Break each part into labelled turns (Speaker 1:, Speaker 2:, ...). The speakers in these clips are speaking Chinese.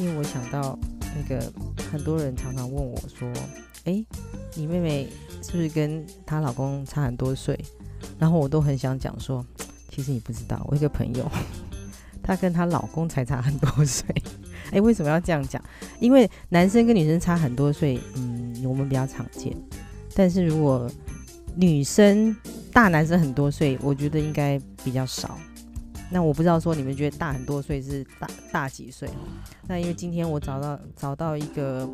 Speaker 1: 因为我想到那个很多人常常问我说：“诶，你妹妹是不是跟她老公差很多岁？”然后我都很想讲说，其实你不知道，我一个朋友， 她跟她老公才差很多岁。诶，为什么要这样讲？因为男生跟女生差很多岁，嗯，我们比较常见。但是如果女生大男生很多岁，我觉得应该比较少。那我不知道说你们觉得大很多岁是大大几岁？那因为今天我找到找到一个，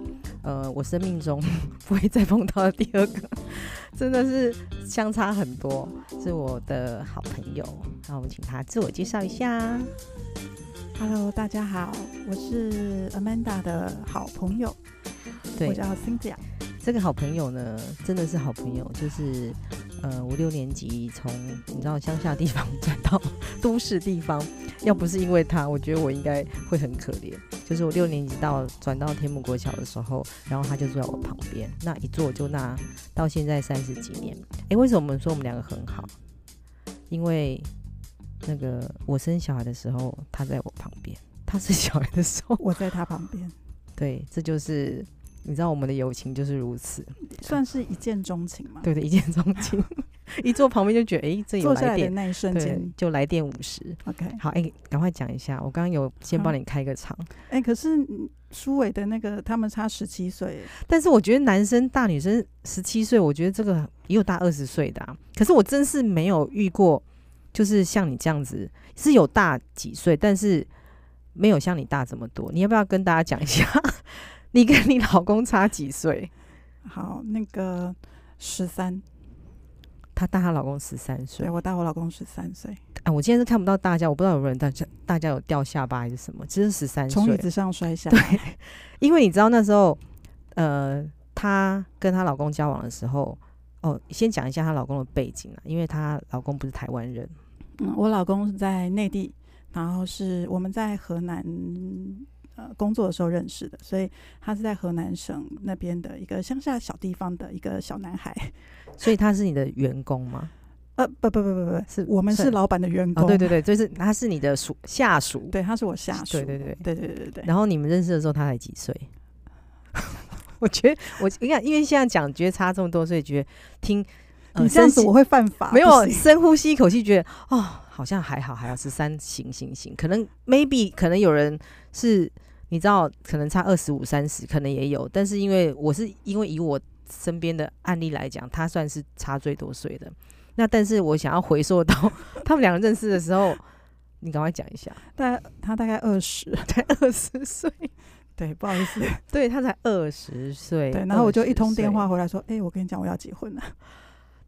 Speaker 1: 呃，我生命中 不会再碰到的第二个，真的是相差很多，是我的好朋友。那我们请他自我介绍一下。
Speaker 2: Hello，大家好，我是 Amanda 的好朋友，我
Speaker 1: 对，
Speaker 2: 叫 Cynthia。
Speaker 1: 这个好朋友呢，真的是好朋友，就是呃，我六年级从你知道乡下地方 转到都市地方，要不是因为他，我觉得我应该会很可怜。就是我六年级到转到天母国小的时候，然后他就坐在我旁边，那一坐就那到现在三十几年。诶，为什么我们说我们两个很好？因为那个我生小孩的时候，他在我旁边；他生小孩的时候，
Speaker 2: 我在他旁 边，
Speaker 1: 对，这就是你知道我们的友情就是如此。
Speaker 2: 算是一见钟情嘛？，
Speaker 1: 对对，一见钟情， 一坐旁边就觉得，诶，这有
Speaker 2: 坐下
Speaker 1: 来
Speaker 2: 来的
Speaker 1: 电，
Speaker 2: 那一瞬
Speaker 1: 对
Speaker 2: 间，嗯
Speaker 1: 就来电五十。
Speaker 2: ，OK。
Speaker 1: 好，诶，赶快讲一下，我刚刚有先帮
Speaker 2: 好
Speaker 1: 你开个场，
Speaker 2: 哎、可是嗯苏伟的那个他们差十七岁，
Speaker 1: 但是我觉得男生大女生十七岁，我觉得这个也有大二十岁的、啊，可是我真是没有遇过，就是像你这样子，是有大几岁，但是没有像你大这么多。你要不要跟大家讲一下， 你跟你老公差几岁？
Speaker 2: 好，那个十三，
Speaker 1: 她大她老公十三岁
Speaker 2: 对，我大我老公十三岁，
Speaker 1: 啊！我今天是看不到大家，我不知道有没有人大家大家有掉下巴还是什么，其实十三岁
Speaker 2: 从椅子上摔下来，
Speaker 1: 因为你知道那时候，呃，她跟她老公交往的时候，哦，先讲一下她老公的背景啊，因为她老公不是台湾人，
Speaker 2: 嗯，我老公是在内地，然后是我们在河南呃工作的时候认识的，所以他是在河南省那边的一个乡下小地方的一个小男孩。
Speaker 1: 所以他是你的员工吗？
Speaker 2: 呃，不不不不不，
Speaker 1: 是
Speaker 2: 我们
Speaker 1: 是
Speaker 2: 是老板的员工，
Speaker 1: 哦，对对对，就是他是你的属下属，
Speaker 2: 对，他是我下属，
Speaker 1: 对对对。
Speaker 2: 对对对对对
Speaker 1: 然后你们认识的时候，他才几岁？ 我觉得我你看，因为现在讲觉得差这么多，所以觉得听、呃
Speaker 2: 你这样子
Speaker 1: 深吸
Speaker 2: 我会犯法，
Speaker 1: 没有
Speaker 2: 不行
Speaker 1: 深呼吸一口气，觉得哦，好像还好，还好十三，行行行，可能 maybe 可能有人是你知道，可能差二十五三十，可能也有，但是因为我是因为以我身边的案例来讲，他算是差最多岁的。那但是我想要回溯到 他们两个认识的时候，你赶快讲一下，
Speaker 2: 大他大概二十，
Speaker 1: 才二十岁，
Speaker 2: 对，不好意思，
Speaker 1: 对他才二十岁，
Speaker 2: 对，然后我就一
Speaker 1: 20
Speaker 2: 通电
Speaker 1: 岁
Speaker 2: 话回来说，哎、我跟你讲，我要结婚了，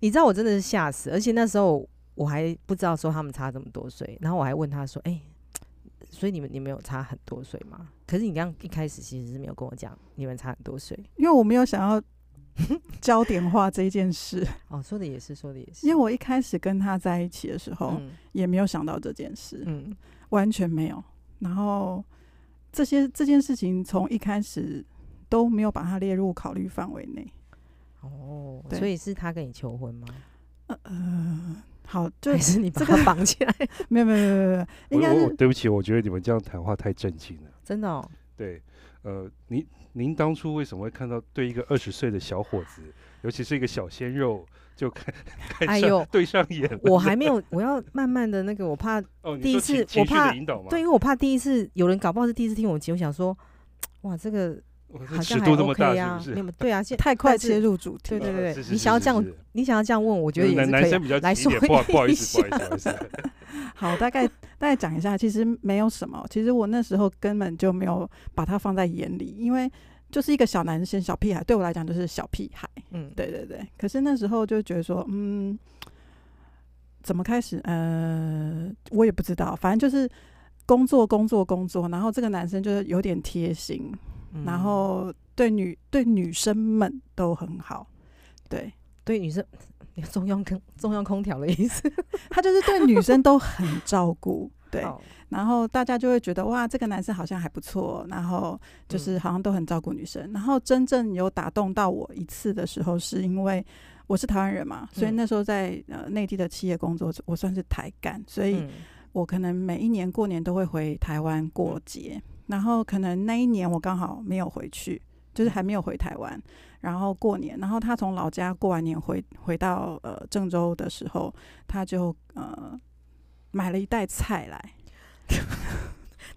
Speaker 1: 你知道我真的是吓死，而且那时候我还不知道说他们差这么多岁，然后我还问他说：“哎、所以你们你们有差很多岁吗？”可是你刚一开始其实是没有跟我讲你们差很多岁
Speaker 2: 因为我没有想要 焦点化这一件事，
Speaker 1: 哦，说的也是，说的也是，
Speaker 2: 因为我一哦开始跟他在一起的时候，
Speaker 1: 嗯
Speaker 2: 也没有想到这件事，
Speaker 1: 嗯
Speaker 2: 完全没有。然后这些这件事情从一开始都没有把它列入考虑范围内。
Speaker 1: 哦，
Speaker 2: 对
Speaker 1: 所以是他跟你求婚吗？
Speaker 2: 呃呃，好，就
Speaker 1: 还是你把他绑 起来？
Speaker 2: 没有没有没有没有没有，
Speaker 3: 我
Speaker 2: 应该
Speaker 3: 我
Speaker 2: 是
Speaker 3: 对不起，我觉得你们这样谈话太震惊了。
Speaker 1: 真的哦，
Speaker 3: 对，呃，您您当初为什么会看到对一个二十岁的小伙子，尤其是一个小鲜肉，就看看上、
Speaker 1: 哎呦
Speaker 3: 对上眼了？
Speaker 1: 我还没有，我要慢慢的那个，我怕
Speaker 3: 哦，你
Speaker 1: 第一
Speaker 3: 说
Speaker 1: 次
Speaker 3: 情
Speaker 1: 我
Speaker 3: 情绪
Speaker 1: 怕
Speaker 3: 的引导嘛，
Speaker 1: 对，因为我怕第一次有人搞不好是第一次听我节目，想说哇，这个
Speaker 3: 我说
Speaker 1: 好像
Speaker 3: 尺
Speaker 1: 还
Speaker 3: 度那么
Speaker 1: OK
Speaker 3: 大，
Speaker 1: 啊，
Speaker 3: 是
Speaker 1: 没
Speaker 3: 不是？
Speaker 1: 有对啊，现
Speaker 2: 太快
Speaker 1: 但是
Speaker 2: 切入主题
Speaker 1: 对
Speaker 2: 了。
Speaker 1: 对对
Speaker 3: 呃是是
Speaker 1: 你
Speaker 3: 是
Speaker 1: 想要
Speaker 3: 是
Speaker 1: 这样
Speaker 3: 是
Speaker 1: 你想要这样问，我觉得也是
Speaker 3: 嗯男
Speaker 1: 可
Speaker 3: 男
Speaker 1: 以啊
Speaker 3: 生比较
Speaker 1: 来
Speaker 3: 急一点，
Speaker 1: 说
Speaker 3: 不好不好
Speaker 1: 一
Speaker 3: 意思，不好意思，不好意思。
Speaker 2: 好，大概大概讲一下，其实没有什么，其实我那时候根本就没有把他放在眼里，因为就是一个小男生、小屁孩，对我来讲就是小屁孩。
Speaker 1: 嗯，
Speaker 2: 对对对，可是那时候就觉得说，嗯，怎么开始？呃，我也不知道，反正就是工作、工作、工作，然后这个男生就是有点贴心，
Speaker 1: 嗯
Speaker 2: 然后对女对女生们都很好，对
Speaker 1: 对女生 中央空中央空调的意思。
Speaker 2: 他就是对女生都很照 顾，对，
Speaker 1: 好
Speaker 2: 然后大家就会觉得哇，这个男生好像还不错，然后
Speaker 1: 嗯
Speaker 2: 就是好像都很照顾女生。然后真正有打动到我一次的时候，是因为我是台湾人嘛，所以
Speaker 1: 嗯
Speaker 2: 那时候在呃内地的企业工作，我算是台干，所以
Speaker 1: 嗯
Speaker 2: 我可能每一年过年都会回台湾过节。然后可能那一年我刚好没有回去，就是还没有回台湾，然后过年，然后他从老家过完年回回到呃郑州的时候，他就呃买了一袋菜来，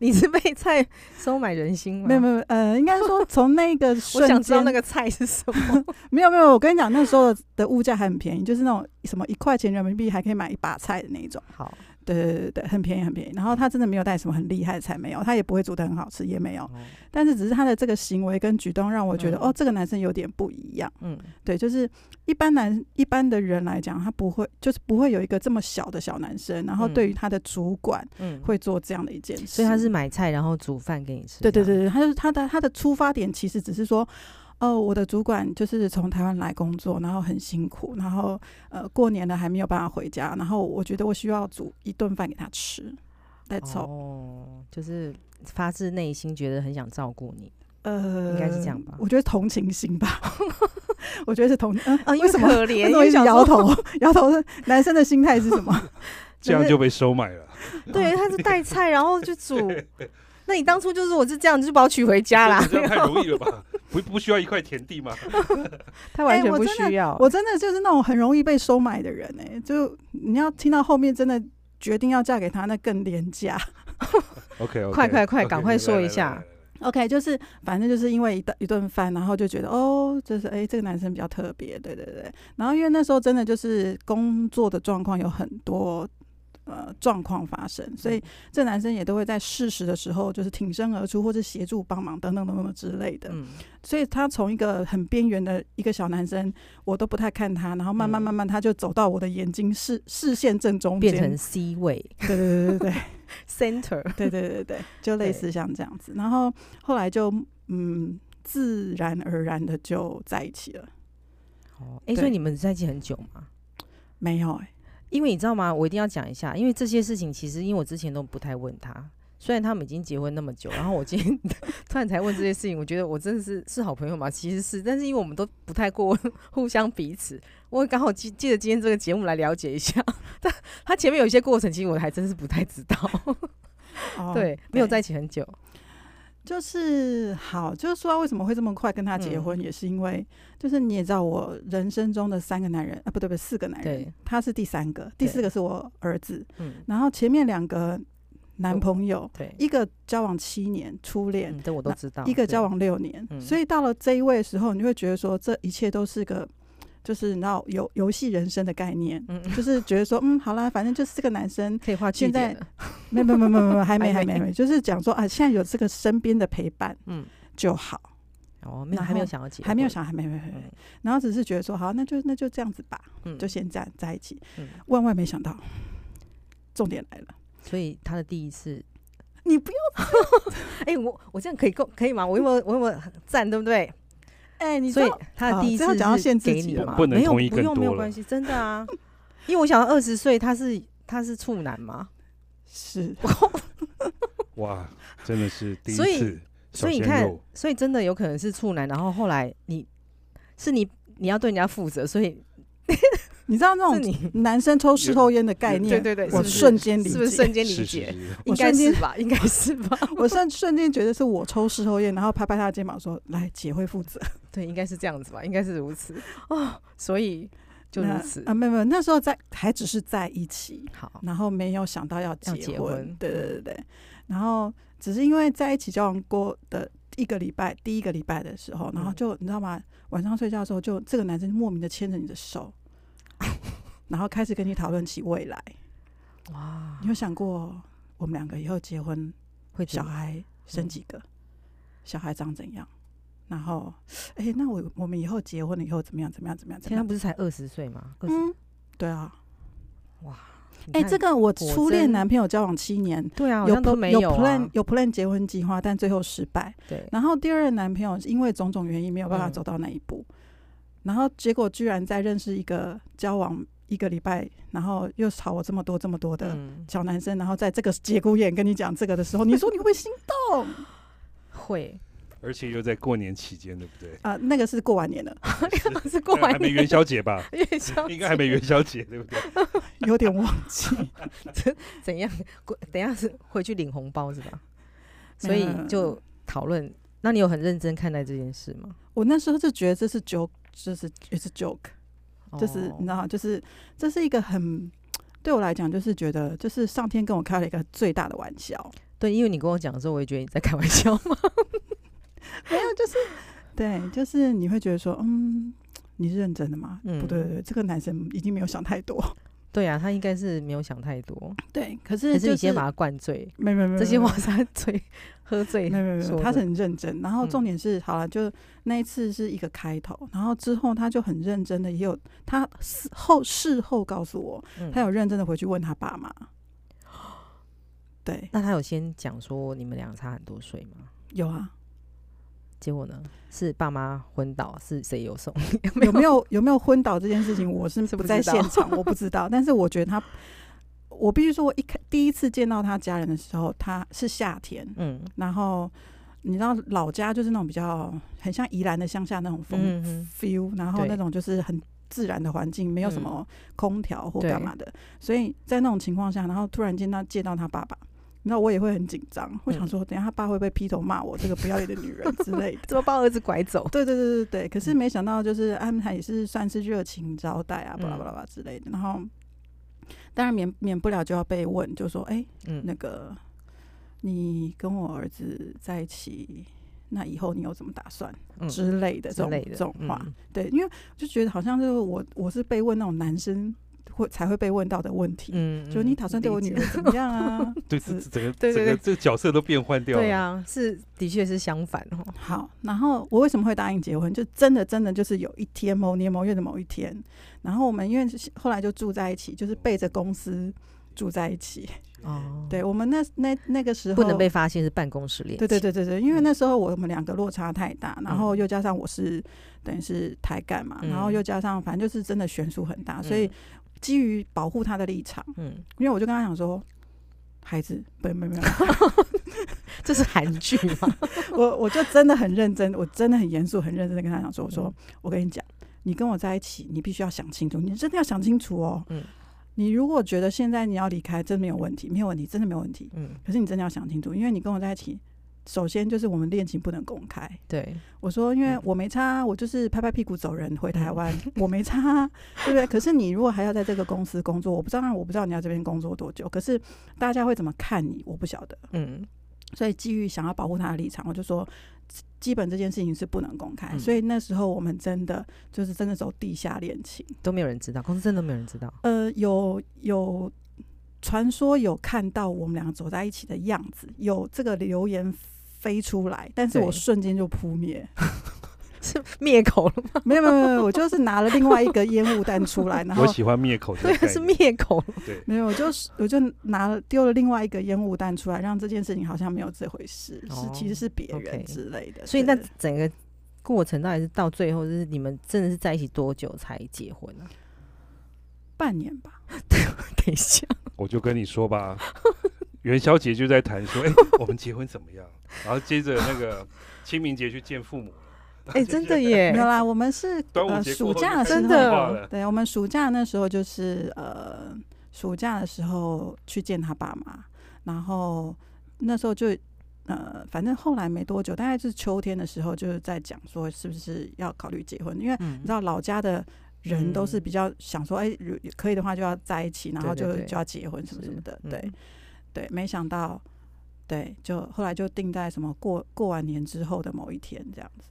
Speaker 1: 你是被菜收买人心吗？
Speaker 2: 没有没有呃，应该 说从那个
Speaker 1: 我
Speaker 2: 瞬
Speaker 1: 想知道
Speaker 2: 间
Speaker 1: 那个菜是什么。
Speaker 2: 没有没有，我跟你讲，那时候的物价还很便宜，就是那种什么一块钱人民币还可以买一把菜的那一种。
Speaker 1: 好，
Speaker 2: 对对对对，很便宜很便宜。然后他真的没有带什么很厉害的菜，没有，他也不会煮的很好吃，也没有。
Speaker 1: 哦
Speaker 2: 但是只是他的这个行为跟举动让我觉得，
Speaker 1: 嗯
Speaker 2: 哦，这个男生有点不一样。
Speaker 1: 嗯，
Speaker 2: 对，就是一般男一般的人来讲，他不会就是不会有一个这么小的小男生，然后
Speaker 1: 嗯
Speaker 2: 对于他的主管
Speaker 1: 嗯，
Speaker 2: 会做这样的一件事。
Speaker 1: 所以他是买菜然后煮饭给你吃。
Speaker 2: 对对
Speaker 1: 这样，
Speaker 2: 对对，他就是他的他的出发点其实只是说，哦，我的主管就是从台湾来工作，然后很辛苦，然后呃过年了还没有办法回家，然后我觉得我需要煮一顿饭给他吃。That's all，、
Speaker 1: 哦，就是发自内心觉得很想照顾你，
Speaker 2: 呃，
Speaker 1: 应该是这样吧
Speaker 2: 我觉得同情心吧， 我觉得是同，呃
Speaker 1: 啊，因
Speaker 2: 为什么？
Speaker 1: 可
Speaker 2: 为
Speaker 1: 怜，
Speaker 2: 什
Speaker 1: 因
Speaker 2: 么
Speaker 1: 为
Speaker 2: 一直
Speaker 1: 想
Speaker 2: 摇
Speaker 1: 说，
Speaker 2: 头？摇头是男生的心态是什 么？
Speaker 3: 这样就被收买了。
Speaker 1: 对，他是带菜然后就 煮。那你当初就是我是这样，你就把我娶回家啦。
Speaker 3: 这样太容易了吧？不不需要一块田地吗？
Speaker 1: 他完
Speaker 2: 哎
Speaker 1: 全
Speaker 2: 我
Speaker 1: 不
Speaker 2: 真的
Speaker 1: 需要。
Speaker 2: 我真的就是那种很容易被收买的人哎、就你要听到后面真的决定要嫁给他，那更廉价。
Speaker 3: OK，, o k
Speaker 1: 快快快赶快说一下
Speaker 2: OK，就是反正就是因为一顿一顿饭，然后就觉得哦，就是哎、这个男生比较特别，对对对。然后因为那时候真的就是工作的状况有很多呃状况发生，所
Speaker 1: 嗯
Speaker 2: 以这男生也都会在适时的时候就是挺身而出，或者协助帮忙等等等等之类的。
Speaker 1: 嗯，
Speaker 2: 所以他从一个很边缘的一个小男生，我都不太看他，然后慢慢
Speaker 1: 嗯
Speaker 2: 慢慢他就走到我的眼睛视视线正中间，
Speaker 1: 变成 C 位
Speaker 2: 对对对对对。
Speaker 1: center。
Speaker 2: 对对对对，就类
Speaker 1: 对
Speaker 2: 似像这样子。然后后来就嗯，自然而然的就在一起了。
Speaker 1: 哦，哎，
Speaker 2: 对
Speaker 1: 所以你们在一起很久吗？
Speaker 2: 没有哎、
Speaker 1: 因为你知道吗？我一定要讲一下，因为这些事情其实因为我之前都不太问他，虽然他们已经结婚那么久，然后我今天 突然才问这些事情，我觉得我真的是是好朋友嘛，其实是，但是因为我们都不太过 问互相彼此，我刚好记记得今天这个节目来了解一下， 但他前面有一些过程，其实我还真是不太 知道，
Speaker 2: 哦
Speaker 1: 对，没有在一起很久，
Speaker 2: 就是好，就是说为什么会这么快跟他结
Speaker 1: 嗯
Speaker 2: 婚，也是因为就是你也知道，我人生中的三个男人啊，不对不对，四个男人
Speaker 1: 对，
Speaker 2: 他是第三个，第
Speaker 1: 对
Speaker 2: 四个是我儿子，
Speaker 1: 嗯，
Speaker 2: 然后前面两个男
Speaker 1: 我
Speaker 2: 朋友，
Speaker 1: 对，
Speaker 2: 一个交往七年初恋，
Speaker 1: 哦嗯，这我都知道，
Speaker 2: 一个
Speaker 1: 对
Speaker 2: 交，往六年，
Speaker 1: 嗯
Speaker 2: 所以到了这一位的时候，你就会觉得说，这一切都是个，就是你知道游游戏人生的概念，
Speaker 1: 嗯，
Speaker 2: 就是觉得说，嗯，好啦，反正就是这个男生，
Speaker 1: 可以画句
Speaker 2: 现在
Speaker 1: 点了，
Speaker 2: 没有没有没有没有没有，还没
Speaker 1: 还
Speaker 2: 还没
Speaker 1: 没
Speaker 2: 还没，就是讲说啊，现在有这个身边的陪伴
Speaker 1: 嗯，
Speaker 2: 就好，
Speaker 1: 哦，没有，
Speaker 2: 然
Speaker 1: 还没有
Speaker 2: 后
Speaker 1: 想要结婚，
Speaker 2: 还没有想还没没没，
Speaker 1: 嗯
Speaker 2: 没然后只是觉得说，好，那就那就这样子吧，
Speaker 1: 嗯，
Speaker 2: 就先这样在一起
Speaker 1: 嗯，
Speaker 2: 万万没想到，重点来了，
Speaker 1: 所以他的第一次
Speaker 2: 你不用
Speaker 1: 哎、我我这样可以够可以吗？我有没有我有没有赞，对不对？
Speaker 2: 哎，你知
Speaker 1: 所以
Speaker 2: 道
Speaker 1: 他的
Speaker 2: 好
Speaker 1: 第一
Speaker 2: 这
Speaker 1: 次
Speaker 2: 要讲到
Speaker 1: 是
Speaker 2: 限制
Speaker 1: 给
Speaker 2: 级
Speaker 1: 你
Speaker 2: 了
Speaker 1: 嘛，
Speaker 3: 不不能
Speaker 1: 没有
Speaker 3: 同意
Speaker 1: 不
Speaker 3: 更
Speaker 1: 用没有
Speaker 3: 多
Speaker 1: 关
Speaker 3: 了
Speaker 1: 系，真的啊，因为我想到二十岁他是他是处男嘛，
Speaker 2: 是
Speaker 3: 哇，真的是第一
Speaker 1: 所以
Speaker 3: 次小
Speaker 1: 所以你
Speaker 3: 鲜
Speaker 1: 看
Speaker 3: 肉，
Speaker 1: 所以真的有可能是处男，然后后来你是你你要对人家负责，所以
Speaker 2: 你知道那
Speaker 1: 是
Speaker 2: 种
Speaker 1: 你
Speaker 2: 男生抽湿抽烟的概念，
Speaker 1: 对对对，是不
Speaker 2: 我
Speaker 1: 是
Speaker 2: 瞬间理解，
Speaker 1: 是不是瞬间理
Speaker 3: 是
Speaker 1: 解？
Speaker 3: 是是
Speaker 1: 应
Speaker 2: 我
Speaker 1: 该
Speaker 2: 瞬
Speaker 1: 是
Speaker 2: 间
Speaker 1: 吧，应该是吧，
Speaker 2: 我瞬瞬间觉得是我抽事后烟，然后拍拍他的肩膀说：“来，姐会负责。
Speaker 1: 对，应该是这样子吧，应该是如 此哦，所以就
Speaker 2: 那
Speaker 1: 如此
Speaker 2: 啊，没有没有，那时候在还只是在一起，
Speaker 1: 好，
Speaker 2: 然后没有想到要结
Speaker 1: 要结婚
Speaker 2: 对对对对，然后只是因为在一起交往过的一个礼拜，第一个礼拜的时候，然后
Speaker 1: 嗯
Speaker 2: 就、你知道吗？晚上睡觉的时候就，这个男生莫名的牵着你 的手，然后开始跟你讨论起未来。
Speaker 1: 哇
Speaker 2: 你，有想过我们两个以后结婚
Speaker 1: 会怎
Speaker 2: 小
Speaker 1: 么
Speaker 2: 孩生几个，小孩长怎样，然后，哎、那我我们以后结婚了以后怎么样？怎么样？怎么样？怎么
Speaker 1: 天，他啊
Speaker 2: 样？
Speaker 1: 不是才二十岁吗？二十、
Speaker 2: 嗯，对啊，
Speaker 1: 哇，你
Speaker 2: 哎、
Speaker 1: 看
Speaker 2: 这个我
Speaker 1: 果
Speaker 2: 初恋
Speaker 1: 真
Speaker 2: 男朋友交往七年，
Speaker 1: 对啊，好
Speaker 2: 有
Speaker 1: 像都
Speaker 2: pl-
Speaker 1: 没
Speaker 2: 有
Speaker 1: 啊
Speaker 2: plan 有 plan 结婚计划，但最后失败。
Speaker 1: 对，
Speaker 2: 然后第二任男朋友因为种种原因没有办法
Speaker 1: 嗯
Speaker 2: 走到那一步，然后结果居然在认识一个交往一个礼拜，然后又吵我这么多这么多的。
Speaker 1: 嗯，
Speaker 2: 小男生，然后在这个节骨眼跟你讲这个的时候，你说你会不会心 动
Speaker 1: 会
Speaker 3: 而且又在过年期间，对不对？
Speaker 2: 啊、那个是过完年了，
Speaker 1: 是过完
Speaker 3: 啊还没
Speaker 1: 年
Speaker 3: 元宵节吧？
Speaker 1: 元宵
Speaker 3: 应该还没元宵节，对 不对？
Speaker 2: 有点忘记。
Speaker 1: 怎样？过等一下是回去领红包是吧？所以
Speaker 2: 嗯
Speaker 1: 就讨论。那你有很认真看待这件事吗？
Speaker 2: 我那时候就觉得这是 joke，这是 it's a joke，就是
Speaker 1: 哦
Speaker 2: 你知道吗，就是这是一个很对我来讲，就是觉得就是上天跟我开了一个最大的玩笑，
Speaker 1: 对，因为你跟我讲的时候，我也觉得你在开玩笑 嘛。
Speaker 2: 没有就是对，就是你会觉得说，嗯，你是认真的吗？
Speaker 1: 嗯
Speaker 2: 不对对对，这个男生一定没有想太多，
Speaker 1: 对啊，他应该是没有想太多，
Speaker 2: 对，可
Speaker 1: 可
Speaker 2: 是
Speaker 1: 是
Speaker 2: 就
Speaker 1: 你
Speaker 2: 是
Speaker 1: 先把他灌醉，
Speaker 2: 没没没
Speaker 1: 这些
Speaker 2: 没
Speaker 1: 话是他醉 喝醉
Speaker 2: 没有没有没
Speaker 1: 说
Speaker 2: 有，
Speaker 1: 的。
Speaker 2: 他是很认真。然后
Speaker 1: 嗯
Speaker 2: 重点是，好了，就那一次是一个开头，然后之后他就很认真的，也有他事后事后告诉我，
Speaker 1: 嗯
Speaker 2: 他有认真的回去问他 爸妈。对，
Speaker 1: 那他有先讲说你们俩差很多岁吗？
Speaker 2: 有啊，
Speaker 1: 结果呢，是爸妈昏倒，是谁有送？
Speaker 2: 有没有有没有昏倒这件事情，我是
Speaker 1: 是
Speaker 2: 不
Speaker 1: 不
Speaker 2: 在
Speaker 1: 知
Speaker 2: 现
Speaker 1: 道
Speaker 2: 场，我不知道。但是我觉得他，我必须说，我一开第一次见到他家人的时候，他是夏天，
Speaker 1: 嗯，
Speaker 2: 然后你知道老家就是那种比较很像宜兰的乡下那种风
Speaker 1: 嗯哼
Speaker 2: feel，、然后
Speaker 1: 对
Speaker 2: 那种就是很自然的环境，没有什
Speaker 1: 嗯
Speaker 2: 么空调或
Speaker 1: 对。
Speaker 2: 干嘛的，所以在那种情况下，然后突然见到见到他爸爸。你知道我也会很紧张，会想说，等一下他爸会不会劈头骂我这个不要脸的女人之类的
Speaker 1: 怎么把儿子拐走？
Speaker 2: 对对对对对，可是没想到就是安排也是算是热情招待啊，
Speaker 1: 嗯
Speaker 2: 巴拉巴拉巴拉之类的。然后当然免免不了就要被问，就说：“哎、那
Speaker 1: 嗯，
Speaker 2: 个你跟我儿子在一起，那以后你有怎么打算、
Speaker 1: 嗯
Speaker 2: 之类的这
Speaker 1: 之
Speaker 2: 种
Speaker 1: 类的
Speaker 2: 这种话？
Speaker 1: 嗯
Speaker 2: 对，因为我就觉得好像就是我我是被问那种男生会才会被问到的问题，
Speaker 1: 嗯
Speaker 2: 就你打算对我女儿怎么样啊？
Speaker 3: 对，
Speaker 2: 是
Speaker 3: 这整个
Speaker 1: 对对
Speaker 3: 整个
Speaker 1: 对
Speaker 3: 这个角色都变换掉了。
Speaker 1: 对啊，是的确是相反哦。
Speaker 2: 好，然后我为什么会答应结婚？就真的真的就是有一天某年某月的某一天，然后我们因为是后来就住在一起，就是背着公司住在一起。
Speaker 1: 哦，，
Speaker 2: 对我们那那那个时候
Speaker 1: 不能被发现是办公室恋情。
Speaker 2: 对对对对对，因为
Speaker 1: 嗯
Speaker 2: 那时候我们两个落差太大，然后又加上我是等于是台干嘛，然后
Speaker 1: 嗯
Speaker 2: 又加上反正就是真的悬殊很大，
Speaker 1: 嗯
Speaker 2: 所以基于保护他的立场，
Speaker 1: 嗯，
Speaker 2: 因为我就跟他讲说。孩子，不，没有没有，
Speaker 1: 这是韩剧嘛？
Speaker 2: 我我就真的很认真，我真的很严肃、很认真的跟他讲说，我说
Speaker 1: 嗯
Speaker 2: 我跟你讲，你跟我在一起，你必须要想清楚，你真的要想清楚哦。
Speaker 1: 嗯
Speaker 2: 你如果觉得现在你要离开，真没有问题，没有问题，真的没有问题。
Speaker 1: 嗯，
Speaker 2: 可是你真的要想清楚，因为你跟我在一起，首先就是我们恋情不能公开，
Speaker 1: 对，
Speaker 2: 我说，因为
Speaker 1: 嗯
Speaker 2: 我没差啊，我就是拍拍屁股走人回台湾，我没差啊，对不对？可是你如果还要在这个公司工作，我不知道，我不知道你要这边工作多久，可是大家会怎么看你，我不晓得。
Speaker 1: 嗯
Speaker 2: 所以基于想要保护他的立场，我就说，基基本这件事情是不能公开。
Speaker 1: 嗯
Speaker 2: 所以那时候我们真的就是真的走地下恋情，
Speaker 1: 都没有人知道，公司真的没有人知道。
Speaker 2: 呃，有有。传说有看到我们两个走在一起的样子，有这个留言飞出来，但是
Speaker 1: 对
Speaker 2: 我瞬间就扑灭。
Speaker 1: 是灭口了 吗？
Speaker 2: 没有没有没有，我就是拿了另外一个烟雾弹出来，然后
Speaker 3: 我喜欢灭口这
Speaker 1: 对
Speaker 3: 个
Speaker 1: 啊，
Speaker 3: 概
Speaker 1: 是
Speaker 3: 念。
Speaker 1: 灭口了。
Speaker 3: 对，
Speaker 2: 没有，我就是我就拿了丢了另外一个烟雾弹出来，让这件事情好像没有这回事，
Speaker 1: 哦
Speaker 2: 是其实是别人
Speaker 1: OK
Speaker 2: 之类的。
Speaker 1: 所以那
Speaker 2: 对
Speaker 1: 整个过程到底是到最后，就是你们真的是在一起多久才结婚啊？
Speaker 2: 半年吧，
Speaker 1: 等一下，
Speaker 3: 我就跟你 说吧，元宵节就在谈说，哎、我们结婚怎么样？然后接着那 个清明节去见父母，
Speaker 1: 哎、 真的耶
Speaker 2: 没，有啦，我们是
Speaker 3: 端午
Speaker 2: 呃
Speaker 3: 节
Speaker 2: 暑
Speaker 3: 过后就
Speaker 2: 假的
Speaker 3: 开
Speaker 2: 时
Speaker 1: 始计
Speaker 3: 划
Speaker 2: 候
Speaker 3: 了，
Speaker 2: 对我们暑假那时候就是呃暑假的时候去见他爸妈，然后那时候就。呃，反正后来没多久，大概是秋天的时候，就是在讲说是不是要考虑结婚，因为
Speaker 1: 嗯
Speaker 2: 你知道老家的人都是比较想说，哎、如可以的话就要在一起，然后
Speaker 1: 对
Speaker 2: 就
Speaker 1: 对对
Speaker 2: 就要结婚什么什么的，
Speaker 1: 是
Speaker 2: 对
Speaker 1: 嗯
Speaker 2: 对。没想到，对，就后来就定在什么过过完年之后的某一天这样子。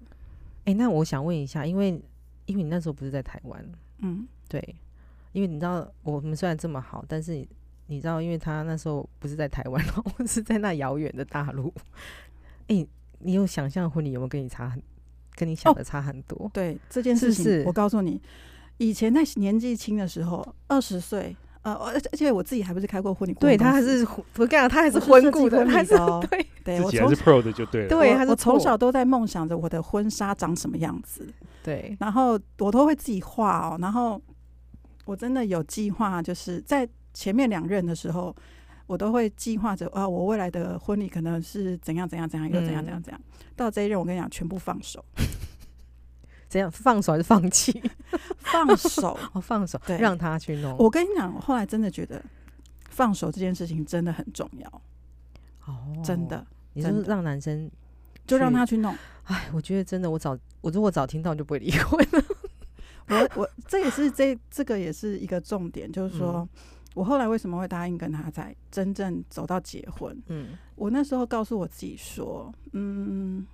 Speaker 1: 哎、那我想问一下，因为因为你那时候不是在台湾，
Speaker 2: 嗯，
Speaker 1: 对，因为你知道我们虽然这么好，但是你你知道，因为他那时候不是在台湾， 然后我是在那遥远的大陆。哎、你有想象婚礼有没有跟你差很，跟你想
Speaker 2: 哦
Speaker 1: 的差很多？
Speaker 2: 对这件事情，
Speaker 1: 是不是
Speaker 2: 我告诉你，以前在年纪轻的时候，二十岁，呃，而且而且我自己还不是开过婚礼顾问
Speaker 1: 对
Speaker 2: 公
Speaker 1: 他还
Speaker 2: 司，
Speaker 1: 是我跟你讲，他还是
Speaker 2: 我是
Speaker 1: 婚
Speaker 2: 设
Speaker 1: 顾
Speaker 2: 计
Speaker 1: 的，
Speaker 2: 婚
Speaker 1: 他
Speaker 2: 礼
Speaker 1: 是
Speaker 2: 的哦
Speaker 1: 对
Speaker 2: 对
Speaker 3: 自
Speaker 2: 我
Speaker 3: 己还
Speaker 2: 从
Speaker 3: 是 pro 的就对了。
Speaker 1: 对，
Speaker 2: 我
Speaker 1: 他是
Speaker 2: 我从
Speaker 1: 错
Speaker 2: 小都在梦想着我的婚纱长什么样子，
Speaker 1: 对，
Speaker 2: 然后我都会自己画哦。然后我真的有计划，就是在前面两任的时候，我都会计划着啊，我未来的婚礼可能是怎样怎样怎样，又怎样
Speaker 1: 嗯
Speaker 2: 怎样怎样。到这一任，我跟你讲，全部放手，
Speaker 1: 怎样放手还是放弃？
Speaker 2: 放手。
Speaker 1: 哦，放手，
Speaker 2: 对
Speaker 1: 让他去弄。
Speaker 2: 我跟你讲，我后来真的觉得放手这件事情真的很重要，
Speaker 1: 哦
Speaker 2: 真的。
Speaker 1: 你是
Speaker 2: 真
Speaker 1: 不
Speaker 2: 的
Speaker 1: 是让男生，
Speaker 2: 就让
Speaker 1: 去
Speaker 2: 他去弄。
Speaker 1: 哎，我觉得真的，我早我如果早听到就不会离婚了。
Speaker 2: 我我这也是这这个也是一个重点，就是说、我后来为什么会答应跟他在真正走到结婚？
Speaker 1: 嗯
Speaker 2: 我那时候告诉我自己说，嗯，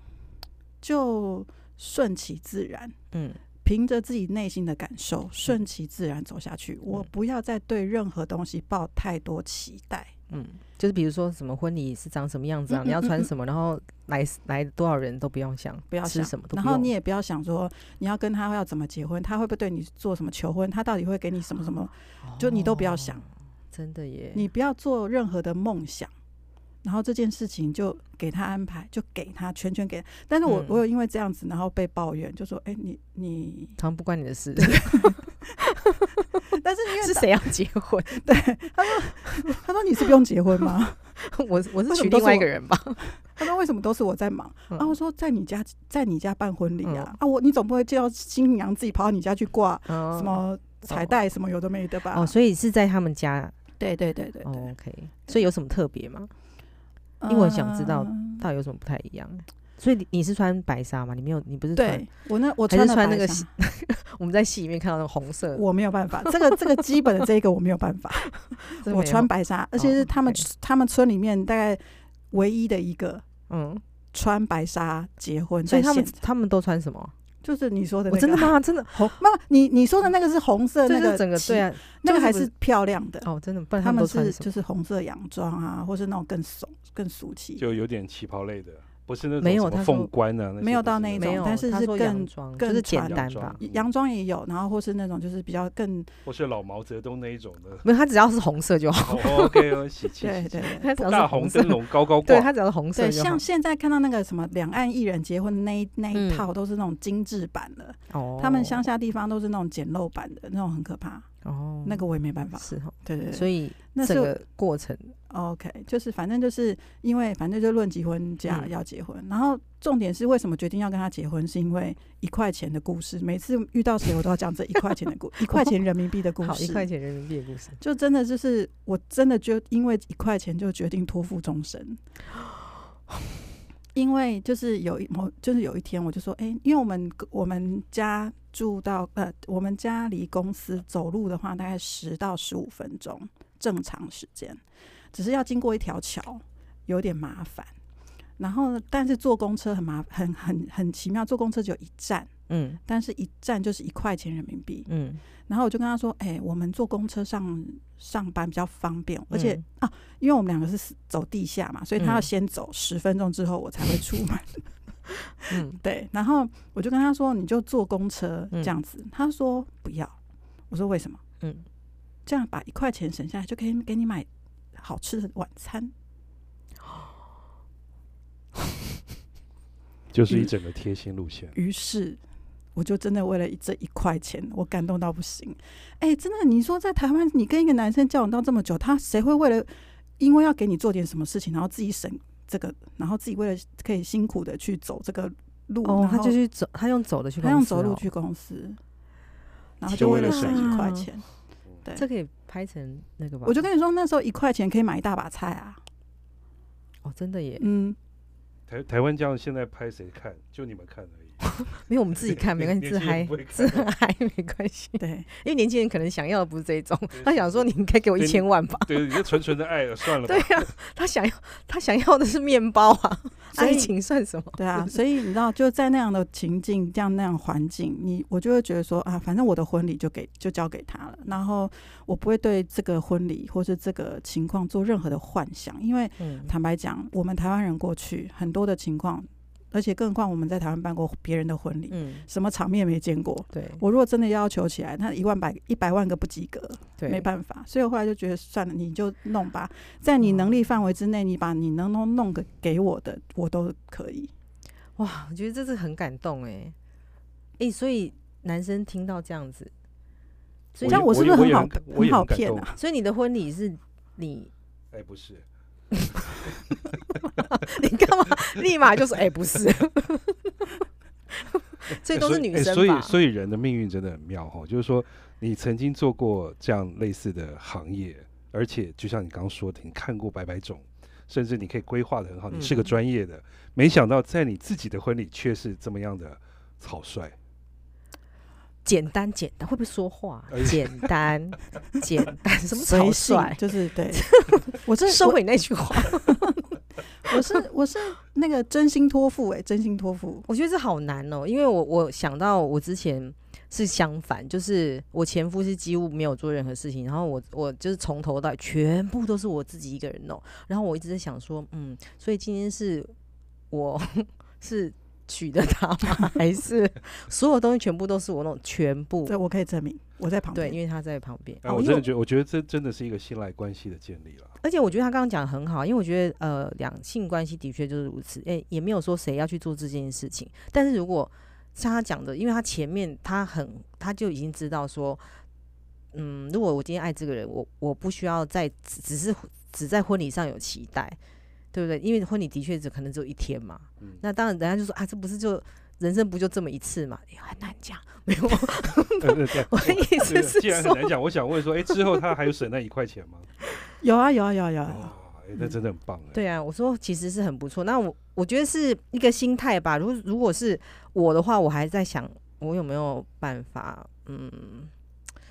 Speaker 2: 就顺其自然，
Speaker 1: 嗯
Speaker 2: 凭着自己内心的感受，顺其自然走下去。
Speaker 1: 嗯
Speaker 2: 我不要再对任何东西抱太多期待。
Speaker 1: 嗯，就是比如说什么婚礼是长什么样子啊，
Speaker 2: 嗯
Speaker 1: 你要
Speaker 2: 嗯嗯
Speaker 1: 穿
Speaker 2: 嗯
Speaker 1: 什么，然后来来多少人都不用想，
Speaker 2: 不要
Speaker 1: 吃
Speaker 2: 想
Speaker 1: 什么都
Speaker 2: 然
Speaker 1: 不
Speaker 2: 后你
Speaker 1: 用
Speaker 2: 也不要想说你要跟他要怎么结婚，他会不会对你做什么求婚，他到底会给你什么什么，就你都不要想
Speaker 1: 哦，真的耶，
Speaker 2: 你不要做任何的梦想，然后这件事情就给他安排，就给他全权给他。但是我、
Speaker 1: 嗯
Speaker 2: 我有因为这样子，然后被抱怨，就说：“哎、你你
Speaker 1: 好像不关你的事，，
Speaker 2: 但是因为
Speaker 1: 是谁要结婚？
Speaker 2: 他说你是不用结婚吗？
Speaker 1: 我我是
Speaker 2: 为什
Speaker 1: 娶
Speaker 2: 么都
Speaker 1: 另
Speaker 2: 是
Speaker 1: 外一
Speaker 2: 我
Speaker 1: 个人吧。
Speaker 2: 他说为什么都是我在忙？
Speaker 1: 嗯
Speaker 2: 然后我说在你家在你家办婚礼啊、啊我你总不会叫新娘自己跑到你家去挂
Speaker 1: 哦
Speaker 2: 什么彩带什么有的没的吧？
Speaker 1: 哦，所以是在他们家。
Speaker 2: 对对对对对，
Speaker 1: 哦、OK，所以有什么特别吗？因为我想知道
Speaker 2: 嗯
Speaker 1: 到底有什么不太一样？所以你你是穿白纱吗？你没有，你不是穿
Speaker 2: 对？我那我
Speaker 1: 还是
Speaker 2: 了
Speaker 1: 穿
Speaker 2: 白
Speaker 1: 那个
Speaker 2: 纱
Speaker 1: 西我们在戏里面看到那个红色的，
Speaker 2: 我没有办法，这个这个基本的这个我没有办 法。
Speaker 1: 这
Speaker 2: 我
Speaker 1: 没有哦
Speaker 2: 穿，白纱，而且是他们、他们村里面大概唯一的一个
Speaker 1: 嗯，
Speaker 2: 穿白纱结婚
Speaker 1: 所
Speaker 2: 在
Speaker 1: 以他
Speaker 2: 现
Speaker 1: 们
Speaker 2: 场，
Speaker 1: 他们都穿什么？
Speaker 2: 就是你说的、
Speaker 1: 我
Speaker 2: 那个
Speaker 1: 真的吗？真的，
Speaker 2: 红，妈妈，你你说的那个是红色
Speaker 1: 这
Speaker 2: 那
Speaker 1: 是
Speaker 2: 个
Speaker 1: 整个
Speaker 2: 旗
Speaker 1: 对，啊，
Speaker 2: 那
Speaker 1: 这
Speaker 2: 个
Speaker 1: 个
Speaker 2: 还
Speaker 1: 是不
Speaker 2: 是漂亮的。
Speaker 1: 哦，真的，不然
Speaker 2: 他
Speaker 1: 们
Speaker 2: 们
Speaker 1: 都穿
Speaker 2: 是
Speaker 1: 什
Speaker 2: 就
Speaker 1: 么？
Speaker 2: 是红色洋装啊，或是那种更怂、更俗气，
Speaker 3: 就有点旗袍类的，不是那种
Speaker 1: 没有
Speaker 3: 什么
Speaker 1: 他说
Speaker 3: 凤冠啊，那些
Speaker 2: 没有
Speaker 3: 不
Speaker 2: 到
Speaker 3: 是
Speaker 2: 那一
Speaker 1: 没
Speaker 2: 种
Speaker 1: 有，
Speaker 2: 但是
Speaker 1: 他
Speaker 2: 是
Speaker 1: 说
Speaker 2: 更
Speaker 1: 洋装，就
Speaker 2: 更
Speaker 1: 是简
Speaker 2: 传
Speaker 1: 单
Speaker 3: 统
Speaker 1: 吧。
Speaker 2: 洋装也有，然后或是那种就是比较更
Speaker 3: 或是老毛泽东那一种的。
Speaker 1: 没有，他只要是红色就 好，
Speaker 3: 哦 OK，哦喜气
Speaker 2: 对
Speaker 3: 喜气
Speaker 2: 对，对
Speaker 1: 他只要是
Speaker 3: 大
Speaker 1: 红
Speaker 3: 红
Speaker 1: 色
Speaker 3: 灯，笼高高
Speaker 1: 对
Speaker 3: 挂，
Speaker 1: 他只要是红色
Speaker 2: 对，
Speaker 1: 就好
Speaker 2: 像。现在看到那个什么两岸艺人结婚那一那一
Speaker 1: 嗯
Speaker 2: 套都是那种精致版的，
Speaker 1: 哦，
Speaker 2: 他们乡下地方都是那种简陋版的那种，很可怕。
Speaker 1: 哦
Speaker 2: 那个我也没办法。
Speaker 1: 是哈，
Speaker 2: 对对对，
Speaker 1: 所以
Speaker 2: 那
Speaker 1: 整
Speaker 2: 是
Speaker 1: 个过程
Speaker 2: OK，就是反正就是因为反正就论及婚嫁
Speaker 1: 嗯
Speaker 2: 要结婚，然后重点是为什么决定要跟他结婚，是因为一块钱的故事。每次遇到谁我都要讲这一块钱 的故，一块钱人民币的故
Speaker 1: 好
Speaker 2: 事。
Speaker 1: 一块钱人民币的故事，
Speaker 2: 就真的就是我真的就因为一块钱就决定托付终身，因为就是有一某就是有一天我就说，哎、因为我们我们家住到呃，我们家离公司走路的话大概十到十五分钟正常时间，只是要经过一条桥，有点麻烦。然后呢，但是坐公车很麻很很很奇妙，坐公车只有一站，
Speaker 1: 嗯
Speaker 2: 但是一站就是一块钱人民币，
Speaker 1: 嗯，
Speaker 2: 然后我就跟他说：“哎、我们坐公车上上班比较方便，而且、啊，因为我们两个是死走地下嘛，所以他要
Speaker 1: 嗯
Speaker 2: 先走十分钟之后我才会出 门。
Speaker 1: 嗯
Speaker 2: 对，然后我就跟他说：‘你就坐公车
Speaker 1: 嗯
Speaker 2: 这样子。他说：‘不要。’我说：‘为什么？
Speaker 1: 嗯
Speaker 2: 这样把一块钱省下来就可以给你买好吃的晚餐。
Speaker 3: 就是一整个贴心路线’。
Speaker 2: 于是。”我就真的为了这一块钱，我感动到不行。哎、真的，你说在台湾，你跟一个男生交往到这么久，他谁会为了因为要给你做点什么事情，然后自己省这个，然后自己为了可以辛苦的去走这个路，
Speaker 1: 哦，
Speaker 2: 然
Speaker 1: 他
Speaker 2: 后
Speaker 1: 就去走，他用走的去公司哦，
Speaker 2: 他用走路去公司，然后就
Speaker 3: 就
Speaker 2: 为
Speaker 3: 为
Speaker 2: 了
Speaker 3: 了
Speaker 2: 省啊
Speaker 3: 省
Speaker 2: 一块
Speaker 1: 钱
Speaker 2: 钱。对
Speaker 1: 这可以拍成那个吧？
Speaker 2: 我就跟你说，那时候一块钱可以买一大把菜啊。
Speaker 1: 哦，真的耶，
Speaker 2: 嗯，
Speaker 3: 台台湾这样现在拍谁看？就你们看而已。
Speaker 1: 没有我们自己看没关系，
Speaker 3: 年
Speaker 1: 自
Speaker 3: 轻人
Speaker 1: 嗨
Speaker 3: 不会看哦
Speaker 1: 自嗨没关系，
Speaker 2: 对，
Speaker 1: 因为年轻人可能想要的不是这种
Speaker 3: 对，
Speaker 1: 他想说你应该给我一
Speaker 3: 对
Speaker 1: 千万吧？
Speaker 3: 对，你就纯纯的爱了，算了吧
Speaker 1: 对。呀、 他想要他想要的是面包啊，
Speaker 2: 所以
Speaker 1: 爱情算什么？
Speaker 2: 对啊，所以你知道，就在那样的情境、这样那样环境，你我就会觉得说啊，反正我的婚礼就给就交给他了，然后我不会对这个婚礼或是这个情况做任何的幻想，因为
Speaker 1: 嗯，
Speaker 2: 坦白讲，我们台湾人过去很多的情况，而且更何况我们在台湾办过别人的婚礼，
Speaker 1: 嗯，
Speaker 2: 什么场面没见过。
Speaker 1: 对
Speaker 2: 我如果真的要求起来，那一万百一百万个不及格，
Speaker 1: 对，
Speaker 2: 没办法。所以我后来就觉得算了，你就弄吧，在你能力范围之内，你把你能弄弄个给我的，我都可以。
Speaker 1: 哇，我觉得这是很感动哎、哎、所以男生听到这样子，所以
Speaker 2: 这样
Speaker 3: 我
Speaker 2: 是不是
Speaker 3: 也我
Speaker 2: 很
Speaker 3: 也
Speaker 2: 好
Speaker 3: 很感我也
Speaker 2: 很好
Speaker 3: 很感
Speaker 2: 骗
Speaker 3: 动
Speaker 2: 啊？
Speaker 1: 所以你的婚礼是你
Speaker 3: 哎，不是，
Speaker 1: 你干嘛 立马就说哎、不是， 所以都是女生吧？
Speaker 3: 哎所以哎所以所以人的命运真的很妙哈，就是说你曾经做过这样类似的行业，而且就像你刚刚说的，你看过百百种，甚至你可以规划的很好，你
Speaker 1: 嗯
Speaker 3: 是个专业的。没想到在你自己的婚礼却是这么样的草率，
Speaker 1: 简单简单，会不会说话
Speaker 3: 哎？
Speaker 1: 简单简单，什么
Speaker 2: 随
Speaker 1: 草
Speaker 2: 性
Speaker 1: 率？
Speaker 2: 就是 对我是
Speaker 1: 收
Speaker 2: 我
Speaker 1: 回那句话，
Speaker 2: 我是我是那个真心托付哎、真心托付，
Speaker 1: 我觉得这好难哦，因为我我想到我之前是相反，就是我前夫是几乎没有做任何事情，然后我我就是从头到尾全部都是我自己一个人弄，然后我一直在想说，嗯，所以今天是我 是娶的她吗？ 还是所有东西全部都是我弄？全部
Speaker 2: 这我可以证明，我在旁
Speaker 1: 对，
Speaker 2: 边。
Speaker 1: 因为他在旁边。
Speaker 3: 哎、
Speaker 1: 哦
Speaker 3: 我
Speaker 1: 因
Speaker 3: 真
Speaker 1: 为
Speaker 3: 的觉得，我觉得这真的是一个信赖关系的建立了。
Speaker 1: 而且我觉得他刚刚讲得很好，因为我觉得呃，两性关系的确就是如此，诶、也没有说谁要去做这件事情。但是如果像他讲的，因为他前面他很他就已经知道说，嗯，如果我今天爱这个人，我我不需要再只只是只在婚礼上有期待，对不对？因为婚礼的确只可能只有一天嘛。
Speaker 3: 嗯
Speaker 1: 那当然，人家就说啊，这不是就人生不就这么一次嘛，也很难讲。 没有，
Speaker 3: 呃 对对
Speaker 1: 我的意
Speaker 3: 这
Speaker 1: 思
Speaker 3: 个
Speaker 1: 是
Speaker 3: 既然很
Speaker 1: 说，
Speaker 3: 难讲，我想问说，哎、之后他还有省那一块 钱吗？
Speaker 2: 有啊有啊有啊有啊有啊，
Speaker 3: 哇，哎、那真的很棒哎、
Speaker 1: 对啊，我说其实是很不错。那我我觉得是一个心态吧。如如果是我的话，我还在想我有没有办法，嗯，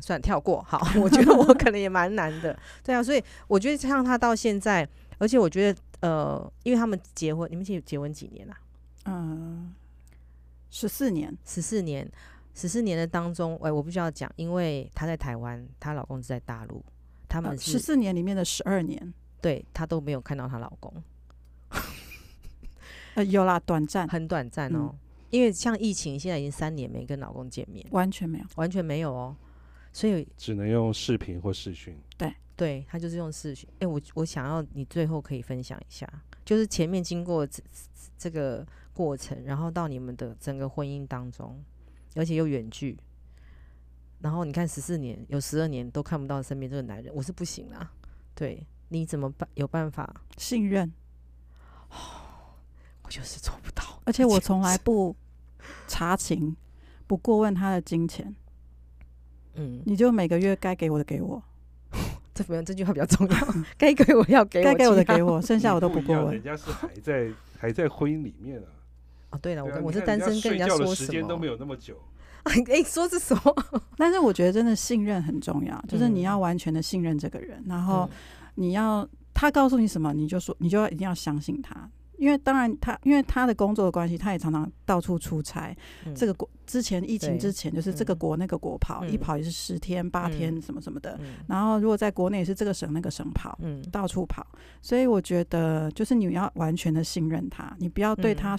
Speaker 1: 算了跳过。好， 我觉得我 可能也蛮难的。对啊，所以我觉得像他到现在，而且我觉得呃，因为他们结婚，你们结结婚几年啦、啊
Speaker 2: 嗯，十四年，
Speaker 1: 十四年，十四年的当中，哎、我必须要讲，因为她在台湾，她老公是在大陆，他们是、
Speaker 2: 呃十四年里面的十二年，
Speaker 1: 对她都没有看到她老公。
Speaker 2: 呃，有啦，短暂，
Speaker 1: 很短暂
Speaker 2: 嗯
Speaker 1: 哦。因为像疫情，现在已经三年没跟老公见面，
Speaker 2: 完全没有。
Speaker 1: 完全没有哦。所以
Speaker 3: 只能用视频或视讯。
Speaker 1: 对他就是用视讯。哎、我我想要你最后可以分享一下，就是前面经过这这个过程，然后到你们的整个婚姻当中，而且又远距，然后你看十四年，有十二年都看不到身边这个男人，我是不行啦。对，你怎么办？有办法？
Speaker 2: 信任，
Speaker 1: 我就是做不到。
Speaker 2: 而且我从来不查情，不过问他的金钱，
Speaker 1: 嗯，
Speaker 2: 你就每个月该给我的给我，
Speaker 1: 这不用这句话比较重要。 该给我要给我，
Speaker 2: 该给我的
Speaker 1: 其他
Speaker 2: 给我，剩下我都
Speaker 3: 不
Speaker 2: 不
Speaker 3: 一
Speaker 2: 过
Speaker 3: 样
Speaker 2: 问
Speaker 3: 人。家是还在还在婚姻里面啊。
Speaker 1: 哦，对了，我
Speaker 3: 对啊
Speaker 1: 跟
Speaker 3: 你
Speaker 1: 我是单
Speaker 3: 看人家
Speaker 1: 身，跟人家
Speaker 3: 睡觉的
Speaker 1: 说
Speaker 3: 时
Speaker 1: 什
Speaker 3: 间
Speaker 1: 么
Speaker 3: 都没有那么久。
Speaker 1: 哎、说是 什么？
Speaker 2: 但是我觉得真的信任很重要，就是
Speaker 1: 嗯
Speaker 2: 你要完全的信任这个人，然
Speaker 1: 哦
Speaker 2: 后你要他告诉你什么，你就说，你就要一定要相信他。因为当然他，因为他的工作的关系，他也常常到处出差。
Speaker 1: 嗯
Speaker 2: 这个国之前疫情
Speaker 1: 对
Speaker 2: 之前，就是这个
Speaker 1: 嗯
Speaker 2: 国那个国跑，一
Speaker 1: 嗯
Speaker 2: 跑也是十天八天
Speaker 1: 嗯
Speaker 2: 什么什么的。
Speaker 1: 嗯
Speaker 2: 然后如果在国内也是这个省那个省跑，
Speaker 1: 嗯
Speaker 2: 到处跑，所以我觉得就是你要完全的信任他，你不要对他、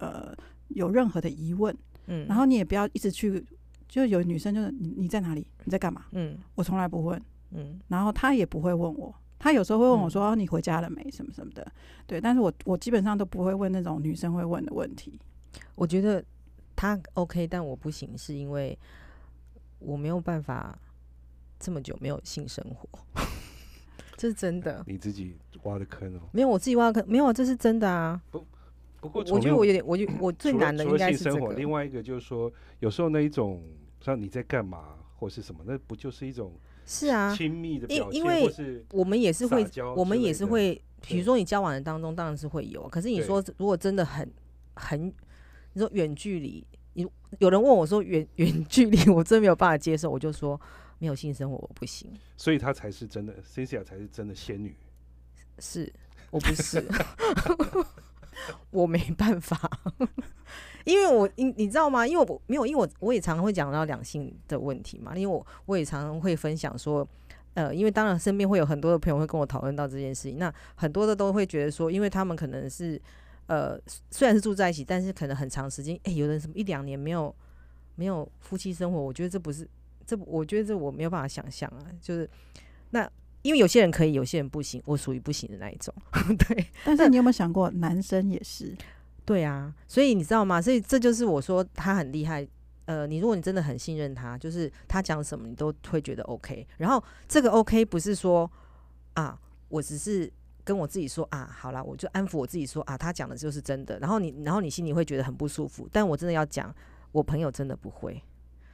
Speaker 2: 呃有任何的疑问，
Speaker 1: 嗯
Speaker 2: 然后你也不要一直去，就有女生就是你你在哪里，你在干嘛，
Speaker 1: 嗯
Speaker 2: 我从来不问，
Speaker 1: 嗯
Speaker 2: 然后他也不会问我，他有时候会问我说、哦你回家了没什么什么的，对，但是我我基本上都不会问那种女生会问的问题，
Speaker 1: 我觉得他 OK，但我不行，是因为我没有办法这么久没有性生活， 这是真的。
Speaker 3: 你自己挖的坑哦。
Speaker 1: 没有，我自己挖坑，没有，这是真的啊。
Speaker 3: 不过
Speaker 1: 我
Speaker 3: 从
Speaker 1: 觉
Speaker 3: 另
Speaker 1: 得我有点，我就我最
Speaker 3: 除了
Speaker 1: 难的
Speaker 3: 除
Speaker 1: 应
Speaker 3: 了
Speaker 1: 该
Speaker 3: 性
Speaker 1: 是这
Speaker 3: 生活，另
Speaker 1: 个。
Speaker 3: 外一个就是说，有时候那一种像你在干嘛或是什么，那不就是一种
Speaker 1: 是啊，
Speaker 3: 亲密的
Speaker 1: 因
Speaker 3: 表现，
Speaker 1: 因为
Speaker 3: 或是
Speaker 1: 我们也是会
Speaker 3: 撒娇
Speaker 1: 我们
Speaker 3: 之类
Speaker 1: 也是
Speaker 3: 的
Speaker 1: 会，比
Speaker 3: 对
Speaker 1: 如说你交往的当中当然是会有，啊可是你
Speaker 3: 对
Speaker 1: 说如果真的很很，你说远距离，你有人问我说远 远距离，我真没有办法接受，我就说没有性生活我不行，
Speaker 3: 所以她才是真的 c y n t h i a 才是真的仙女。
Speaker 1: 是我不是， 我没办法， 因为我你你知道吗？因为我没有，因为我我也常常会讲到两性的问题嘛，因为我我也常常会分享说。呃，因为当然身边会有很多的朋友会跟我讨论到这件事情，那很多的都会觉得说，因为他们可能是呃虽然是住在一起，但是可能很长时间，哎、有人什么一两年没有没有夫妻生活，我觉得这不是这不，我觉得这我没有办法想象啊，就是那因为有些人可以，有些人不行，我属于不行的那一种， 对
Speaker 2: 但是你有没有想过，男生也是，
Speaker 1: 对啊，所以你知道吗？所以这就是我说他很厉害。呃，你如果你真的很信任他，就是他讲什么你都会觉得 OK。然后这个 OK 不是说啊，我只是跟我自己说啊，好啦，我就安抚我自己说啊，他讲的就是真的。然后你，然后你心里会觉得很不舒服。但我真的要讲，我朋友真的不会。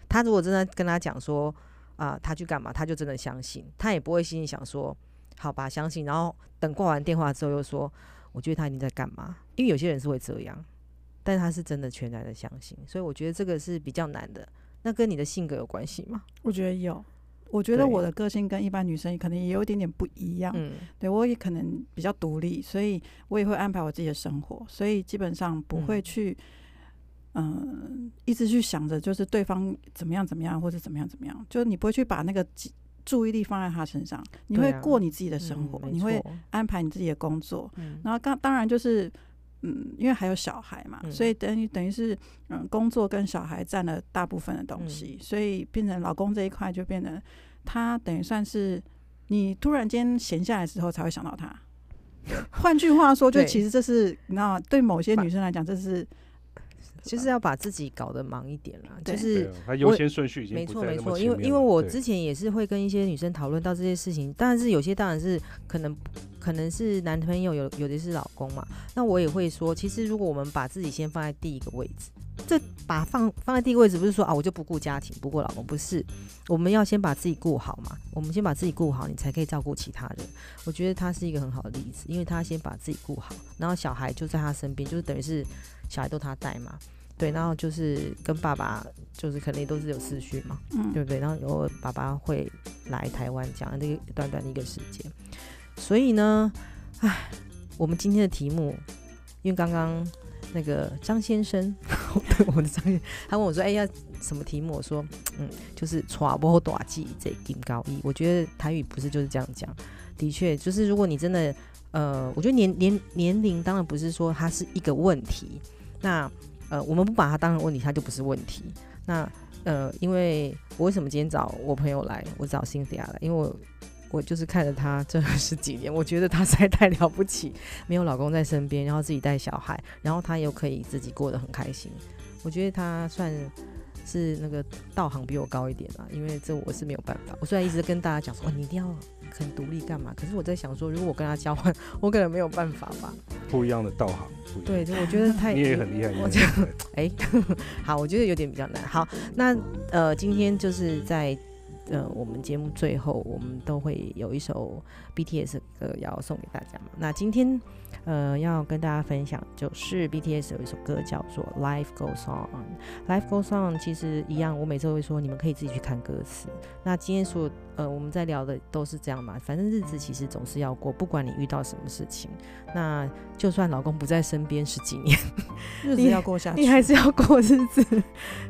Speaker 1: 他如果真的跟他讲说啊，他去干嘛，他就真的相信，他也不会心里想说好吧，相信。然后等挂完电话之后又说，我觉得他一定在干嘛，因为有些人是会这样，但他是真的全然的相信，所以我觉得这个是比较难的。那跟你的性格有关系吗？
Speaker 2: 我觉得有，我觉得
Speaker 1: 对
Speaker 2: 我的个性跟一般女生可能也有一点点不一样。
Speaker 1: 嗯，
Speaker 2: 对我也可能比较独立，所以我也会安排我自己的生活，所以基本上不会
Speaker 1: 嗯
Speaker 2: 去，嗯、一直去想着就是对方怎么样怎么样或者怎么样怎么样，就是你不会去把那个注注意力放在他身上，你
Speaker 1: 对
Speaker 2: 会
Speaker 1: 啊
Speaker 2: 过你自己的生活，
Speaker 1: 嗯没
Speaker 2: 你会
Speaker 1: 错
Speaker 2: 安排你自己的工作，
Speaker 1: 嗯
Speaker 2: 然后刚当然就是。嗯，因为还有小孩嘛，
Speaker 1: 嗯
Speaker 2: 所以等于等于是，嗯，工作跟小孩占了大部分的东西，所以变成老公这一块就变成他等于算是你突然间闲下来之后才会想到 他。换句话说，就
Speaker 1: 对
Speaker 2: 其实这是你知道，对某些女生来讲，这是
Speaker 1: 就是要把自己搞得忙一点啦，就
Speaker 2: 对
Speaker 1: 是
Speaker 3: 对啊，他优
Speaker 1: 我
Speaker 3: 先顺序已经
Speaker 1: 没
Speaker 3: 不
Speaker 1: 错
Speaker 3: 在
Speaker 1: 没
Speaker 3: 那么
Speaker 1: 错，
Speaker 3: 前
Speaker 1: 因为
Speaker 3: 面
Speaker 1: 因为
Speaker 3: 了
Speaker 1: 我
Speaker 3: 对
Speaker 1: 之前也是会跟一些女生讨论到这些事情，当然是有些当然是可能可能是男朋友有有的是老公嘛，那我也会说，其实如果我们把自己先放在第一个位置，这把放放在第一个位置不是说啊我就不顾家庭不顾老公，不是，我们要先把自己顾好嘛，我们先把自己顾好，你才可以照顾其他人。我觉得他是一个很好的例子，因为他先把自己顾好，然后小孩就在他身边，就是等于是小孩都他带嘛。对，然后就是跟爸爸，就是肯定都是有私讯嘛，
Speaker 2: 嗯，
Speaker 1: 对不对？然后偶尔爸爸会来台湾讲那个短短的一个时间，所以呢，唉，我们今天的题目，因为刚刚那个张先生， 对我的张先生，他问我说：“哎、呀，什么题目？”我说：“嗯，就是‘传播大忌’这金高一。”我觉得台语不是就是这样讲，的确，就是如果你真的，呃，我觉得年年年龄当然不是说它是一个问题，那呃，我们不把它当成问题，它就不是问题。那呃，因为我为什么今天找我朋友来，我找 Cynthia 来，因为我我就是看着她这二十几年，我觉得她实在太了不起，没有老公在身边，然后自己带小孩，然后她又可以自己过得很开心，我觉得她算。是那个道行比我高一点啊，因为这我是没有办法。我虽然一直跟大家讲说，哦，你一定要很独立干嘛，可是我在想说，如果我跟她交换，我可能没有办法吧。
Speaker 3: 不一样的道行，不
Speaker 1: 对，，
Speaker 3: 一样
Speaker 1: 就我觉得 太
Speaker 3: 你也很厉害，
Speaker 1: 我
Speaker 3: 你也很厉害
Speaker 1: 哎、 好，我觉得有点比较难。好，那呃，今天就是在呃我们节目最后，我们都会有一首 BTS 的歌要送给大家嘛。那今天呃要跟大家分享就是 BTS 有一首歌叫做《Life Goes On》，《Life Goes On》其实一样，我每次都会说你们可以自己去看歌词。那今天所有呃我们在聊的都是这样嘛，反正日子其实总是要过，不管你遇到什么事情，那就算老公不在身边十几年。
Speaker 2: 日子
Speaker 1: 你
Speaker 2: 要过下去，
Speaker 1: 你还是要过日子。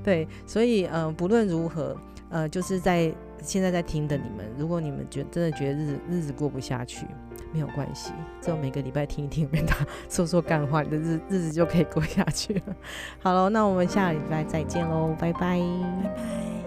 Speaker 1: 对，所以嗯、呃不论如何，呃，就是在现在在听的你们，如果你们觉真的觉得日子日子过不下去，没有关系，只有每个礼拜听一听， 跟他说说干话，你的日日子就可以过下去了。好了，那我们下礼拜再见喽，拜拜
Speaker 2: 拜拜。